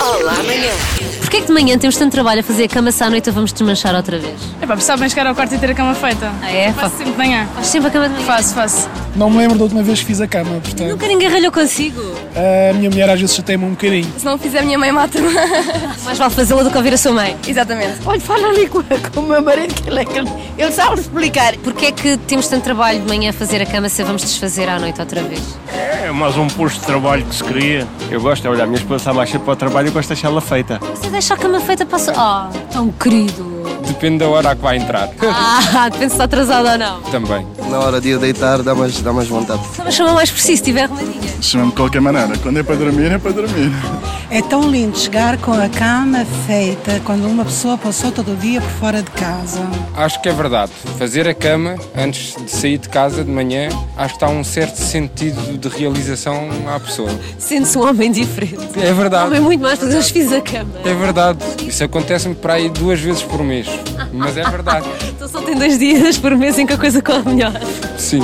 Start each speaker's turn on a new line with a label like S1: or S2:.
S1: Olá, amanhã.
S2: Porquê é que de manhã temos tanto trabalho a fazer a cama se à noite a vamos desmanchar outra vez?
S3: É pá, precisava bem chegar ao quarto e ter a cama feita.
S2: Ah, é?
S3: Faço sempre de manhã.
S2: Faz sempre a cama de manhã.
S3: Faço, faço.
S4: Não me lembro da última vez que fiz a cama, portanto.
S2: Nunca ninguém ralhou consigo.
S4: A minha mulher às vezes chateia-me um bocadinho.
S5: Se não fizer, minha mãe mata-me.
S2: Mais vale fazê-la do que ouvir a sua mãe.
S5: Exatamente.
S6: Olha, fala ali com, com o meu marido que ele, é que ele, ele sabe explicar.
S2: Porquê é que temos tanto trabalho de manhã a fazer a cama se a vamos desfazer à noite outra vez?
S7: É mais um posto de trabalho que se cria.
S8: Eu gosto de olhar a minha esposa mais cedo para o trabalho e gosto de deixá-la feita.
S2: Você deixa a cama feita para a sua... Oh, tão querido.
S9: Depende da hora que vai entrar.
S2: Ah, depende se está atrasado ou não.
S9: Também.
S10: Na hora de eu deitar, dá mais, dá mais vontade.
S2: Só me chama mais preciso se tiver arrumadinha.
S11: Chama-me de qualquer maneira. Quando é para dormir, é para dormir.
S12: É tão lindo chegar com a cama feita quando uma pessoa passou todo o dia por fora de casa.
S9: Acho que é verdade. Fazer a cama antes de sair de casa de manhã, acho que dá um certo sentido de realização à pessoa.
S2: Sente-se um homem diferente.
S9: É
S2: Um homem
S9: verdade.
S2: muito mais porque eu fiz a cama.
S9: É verdade. Isso acontece-me para aí duas vezes por mês. Mas é verdade.
S2: Então só tem dois dias por mês em que a coisa corre melhor.
S9: Sim.